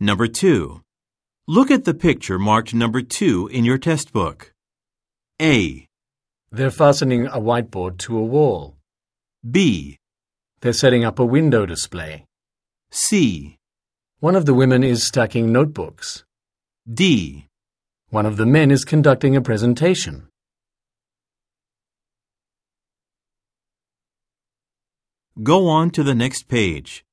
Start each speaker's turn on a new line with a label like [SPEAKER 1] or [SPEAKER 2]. [SPEAKER 1] Number 2. Look at the picture marked number 2 in your test book. A,
[SPEAKER 2] They're fastening a whiteboard to a wall.
[SPEAKER 1] B,
[SPEAKER 2] They're setting up a window display.
[SPEAKER 1] C,
[SPEAKER 2] One of the women is stacking notebooks.
[SPEAKER 1] D.
[SPEAKER 2] One of the men is conducting a presentation.
[SPEAKER 1] Go on to the next page.